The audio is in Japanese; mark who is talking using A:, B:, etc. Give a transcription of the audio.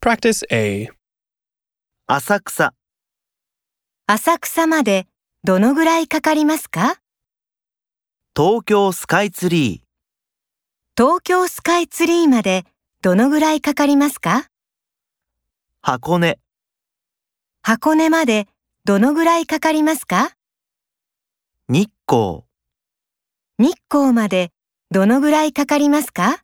A: Practice A.
B: 浅草、
C: 浅草までどのぐらいかかりますか
B: 東京スカイツリー、
C: 東京スカイツリーまでどのぐらいかかりますか
B: 箱根、
C: 箱根までどのぐらいかかりますか
B: 日光。
C: 日光までどのぐらいかかりますか